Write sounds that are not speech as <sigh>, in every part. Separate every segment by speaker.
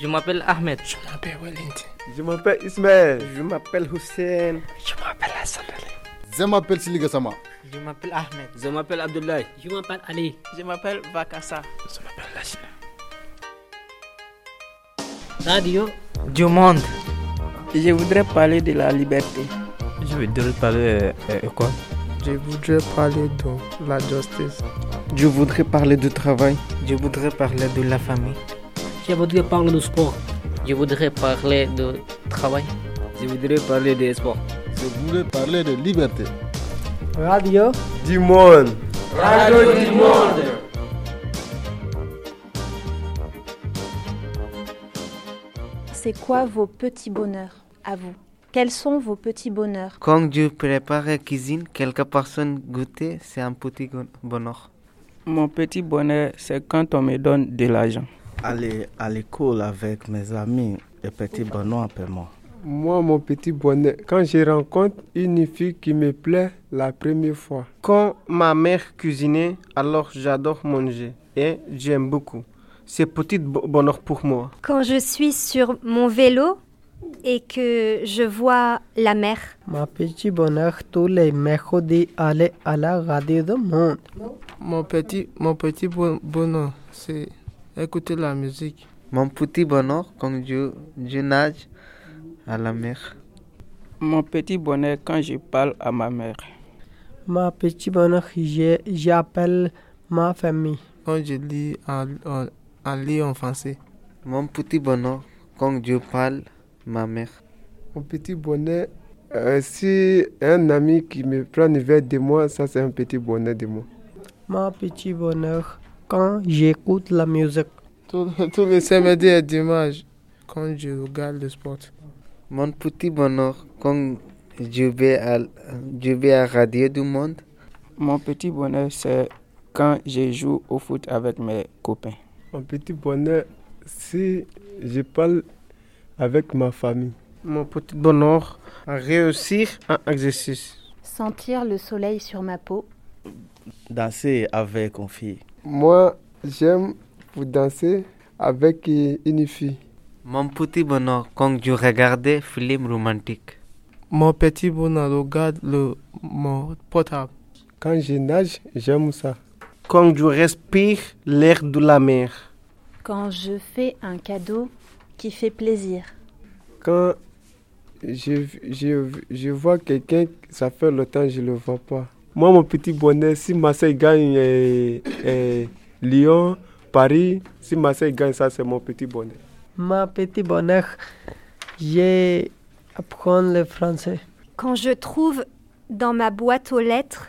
Speaker 1: Je m'appelle Ahmed.
Speaker 2: Je m'appelle Wellington.
Speaker 3: Je m'appelle Ismaël.
Speaker 4: Je m'appelle Hussein.
Speaker 5: Je m'appelle Hassan
Speaker 6: Je m'appelle Siligasama.
Speaker 7: Je m'appelle Ahmed.
Speaker 8: Je m'appelle Abdoulaye.
Speaker 9: Je m'appelle Ali.
Speaker 10: Je m'appelle Vakassa.
Speaker 11: Je m'appelle Lachina.
Speaker 9: Radio
Speaker 12: du monde.
Speaker 13: Je voudrais parler de la liberté.
Speaker 14: Je voudrais parler de quoi
Speaker 15: Je voudrais parler de la justice.
Speaker 16: Je voudrais parler du travail.
Speaker 17: Je voudrais parler de la famille.
Speaker 18: Je voudrais parler du sport.
Speaker 19: Je voudrais parler de travail.
Speaker 20: Je voudrais parler des sports.
Speaker 6: Je voudrais parler de liberté.
Speaker 7: Radio
Speaker 3: du monde.
Speaker 6: Radio du monde.
Speaker 15: C'est quoi vos petits bonheurs à vous Quels sont vos petits bonheurs
Speaker 5: Quand je prépare la cuisine, quelques personnes goûter, c'est un petit bonheur.
Speaker 13: Mon petit bonheur, c'est quand on me donne de l'argent.
Speaker 7: Aller à l'école avec mes amis est petit bonheur pour moi.
Speaker 3: Moi, mon petit bonheur, quand je rencontre une fille qui me plaît la première fois.
Speaker 4: Quand ma mère cuisinait, alors j'adore manger et j'aime beaucoup. C'est petit bonheur pour moi.
Speaker 13: Quand je suis sur mon vélo et que je vois la mer.
Speaker 8: Mon petit bonheur, tous les mercredis, aller à la radio du monde.
Speaker 1: Mon petit, mon petit bonheur, c'est écouter la musique.
Speaker 5: Mon petit bonheur, quand je, je nage à la mère.
Speaker 13: Mon petit bonheur quand je parle à ma mère.
Speaker 8: Mon petit bonheur, j'appelle ma famille.
Speaker 1: Quand je lis un, un, un livre en français.
Speaker 5: Mon petit bonheur quand je parle ma mère.
Speaker 3: Mon petit bonheur, euh, si un ami qui me prend vers de moi, ça c'est un petit bonheur de moi.
Speaker 8: Mon petit bonheur quand j'écoute la musique.
Speaker 1: Tous <laughs> les samedis et dimanches, quand je regarde le sport
Speaker 5: mon petit bonheur quand je vais à, je vais à Radio du Monde.
Speaker 13: Mon petit bonheur, c'est quand je joue au foot avec mes copains.
Speaker 3: Mon petit bonheur, si je parle avec ma famille.
Speaker 4: Mon petit bonheur, réussir un exercice.
Speaker 15: Sentir le soleil sur ma peau.
Speaker 7: Danser avec une fille.
Speaker 3: Moi, j'aime danser avec euh, une fille.
Speaker 5: Mon petit bonheur, quand je regardais film romantique.
Speaker 1: Mon petit bonheur, regarde le, mon portable.
Speaker 3: Quand je nage, j'aime ça.
Speaker 4: Quand je respire l'air de la mer.
Speaker 15: Quand je fais un cadeau qui fait plaisir.
Speaker 3: Quand je, je, je vois quelqu'un, ça fait longtemps que je ne le vois pas. Moi, mon petit bonheur, si Marseille gagne eh, eh, Lyon, Paris, si Marseille gagne, ça, c'est mon petit bonheur
Speaker 8: ma petit bonheur, j'ai apprendre le français.
Speaker 13: Quand je trouve dans ma boîte aux lettres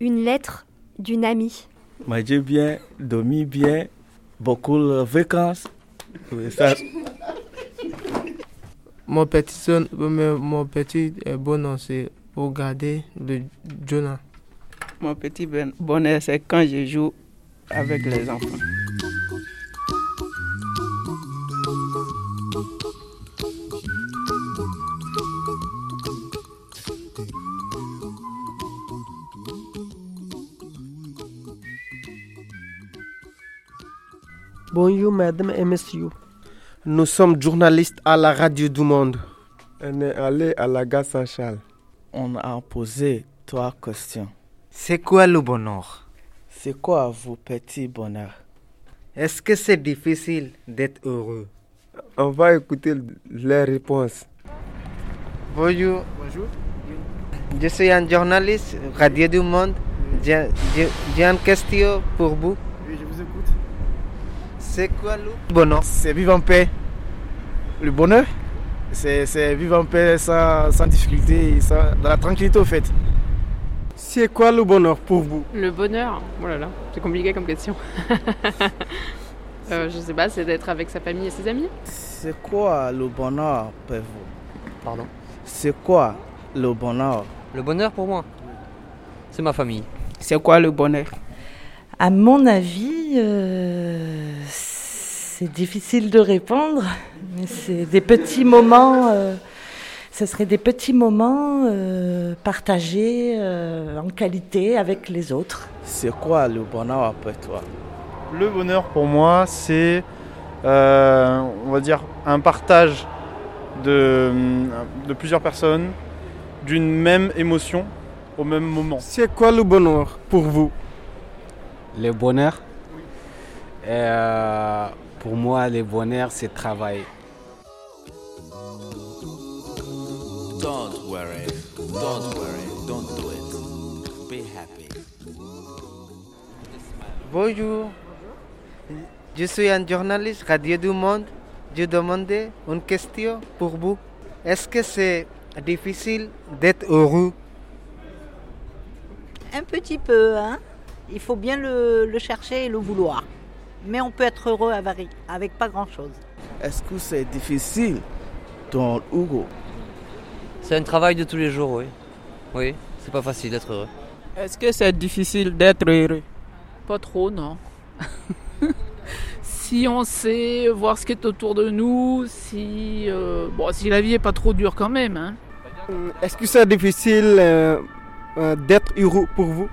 Speaker 13: une lettre d'une amie.
Speaker 7: Manger bien, dormir bien, beaucoup de vacances. Ça.
Speaker 1: mon petit son, mon petit bonheur, c'est regarder le journal.
Speaker 13: Mon petit ben- bonheur, c'est quand je joue avec les enfants.
Speaker 8: Bonjour, madame et messieurs.
Speaker 4: Nous sommes journalistes à la radio du monde.
Speaker 3: On est allé à la gare Saint-Charles.
Speaker 7: On a posé trois questions.
Speaker 5: C'est quoi le bonheur
Speaker 7: C'est quoi vos petits bonheurs
Speaker 5: Est-ce que c'est difficile d'être heureux
Speaker 3: On va écouter les réponses.
Speaker 5: Bonjour. Bonjour. Je suis un journaliste radio du monde. J'ai une question pour vous.
Speaker 16: Oui, je vous écoute.
Speaker 5: C'est quoi le bonheur
Speaker 16: C'est vivre en paix. Le bonheur, c'est vivre en paix sans, sans difficulté, sans, dans la tranquillité au fait.
Speaker 4: C'est quoi le bonheur pour vous
Speaker 9: Le bonheur Oh là là, c'est compliqué comme question. <laughs> euh, je sais pas, c'est d'être avec sa famille et ses amis.
Speaker 7: C'est quoi le bonheur pour vous
Speaker 5: Pardon
Speaker 7: C'est quoi le bonheur
Speaker 5: Le bonheur pour moi, c'est ma famille.
Speaker 13: C'est quoi le bonheur
Speaker 4: à mon avis, euh, c'est difficile de répondre, mais c'est des petits moments. Euh, ce serait des petits moments euh, partagés en qualité avec les autres.
Speaker 7: C'est quoi le bonheur après toi
Speaker 14: Le bonheur pour moi, c'est
Speaker 2: euh, on va dire, un partage de, de plusieurs personnes, d'une même émotion au même moment.
Speaker 3: C'est quoi le bonheur pour vous
Speaker 21: Le bonheur Euh, Pour moi, le bonheur, c'est travailler.
Speaker 7: Don't worry, don't worry, don't do it. Be happy.
Speaker 5: Bonjour. Je suis un journaliste radio du monde. Je demandais une question pour vous. Est-ce que c'est difficile d'être heureux
Speaker 22: Un petit peu, hein. Il faut bien le, le chercher et le vouloir. Mais on peut être heureux avec, avec pas grand-chose.
Speaker 23: Est-ce que c'est difficile dans Hugo
Speaker 24: C'est un travail de tous les jours, oui. Oui, c'est pas facile d'être heureux.
Speaker 25: Est-ce que c'est difficile d'être heureux
Speaker 9: Pas trop, non. si on sait voir ce qui est autour de nous, si euh, bon, si la vie est pas trop dure quand même. hein.
Speaker 3: Euh, Est-ce que c'est difficile euh, euh, d'être heureux pour vous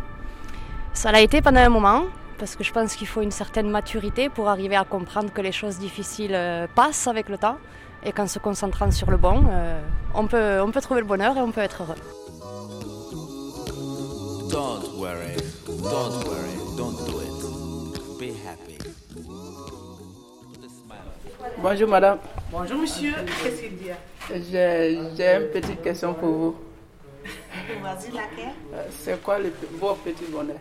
Speaker 26: Ça l'a été pendant un moment, parce que je pense qu'il faut une certaine maturité pour arriver à comprendre que les choses difficiles euh, passent avec le temps et qu'en se concentrant sur le bon, euh, on, peut, on peut trouver le bonheur et on peut être heureux.
Speaker 7: Don't worry, don't worry, don't do it. Be happy.
Speaker 13: Bonjour madame,
Speaker 25: Bonjour monsieur, qu'est-ce qu'il dit
Speaker 13: j'ai j'ai une petite question pour vous.
Speaker 25: Vas-y laquelle
Speaker 13: Euh, C'est quoi le p- vos petit bonheur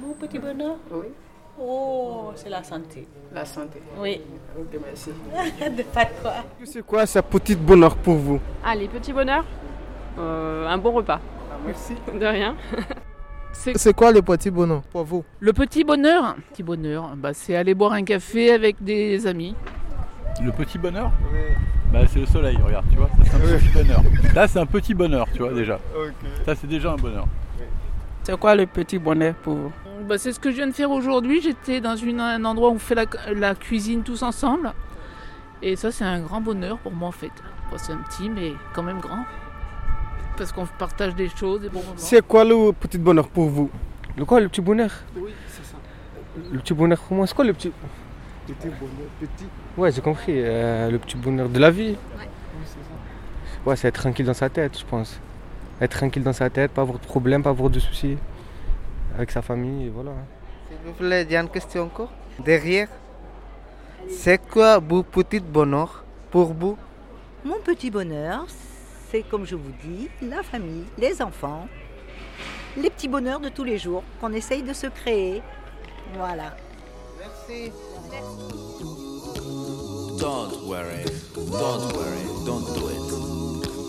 Speaker 25: Mon petit bonheur
Speaker 13: Oui.
Speaker 25: Oh, c'est la santé.
Speaker 13: La santé.
Speaker 25: Oui.
Speaker 13: Ok, merci.
Speaker 25: De pas de quoi
Speaker 3: C'est quoi ce petit bonheur pour vous
Speaker 9: Allez, petit bonheur. Euh, un bon repas.
Speaker 13: merci.
Speaker 9: De rien.
Speaker 27: C'est quoi le petit bonheur pour vous
Speaker 9: Le petit bonheur, petit bonheur, bah, c'est aller boire un café avec des amis.
Speaker 28: Le petit bonheur Bah c'est le soleil, regarde, tu vois, ça c'est un petit bonheur. Là c'est un petit bonheur, tu vois déjà. Ça c'est déjà un bonheur.
Speaker 13: C'est quoi le petit bonheur pour vous
Speaker 9: Bah, c'est ce que je viens de faire aujourd'hui. J'étais dans une- un endroit où on fait la, la cuisine tous ensemble. Et ça, c'est un grand bonheur pour moi en fait. Bon, c'est un petit, mais quand même grand. Parce qu'on partage des choses, des bons moments.
Speaker 3: C'est quoi le petit bonheur pour vous
Speaker 29: Le quoi, le petit bonheur
Speaker 9: Oui, c'est ça.
Speaker 29: Le petit bonheur pour moi, c'est quoi le petit
Speaker 13: Petit bonheur, petit.
Speaker 29: Ouais, j'ai compris. euh, le petit bonheur de la vie. Ouais, c'est être tranquille dans sa tête, je pense. Être tranquille dans sa tête, pas avoir de problème, pas avoir de soucis. Avec sa famille, et voilà.
Speaker 5: S'il vous plaît, j'ai une question encore. Derrière, c'est quoi vos petits bonheurs pour vous
Speaker 22: Mon petit bonheur, c'est comme je vous dis, la famille, les enfants, les petits bonheurs de tous les jours qu'on essaye de se créer. Voilà.
Speaker 5: Merci.
Speaker 7: Don't worry, don't worry, don't do it.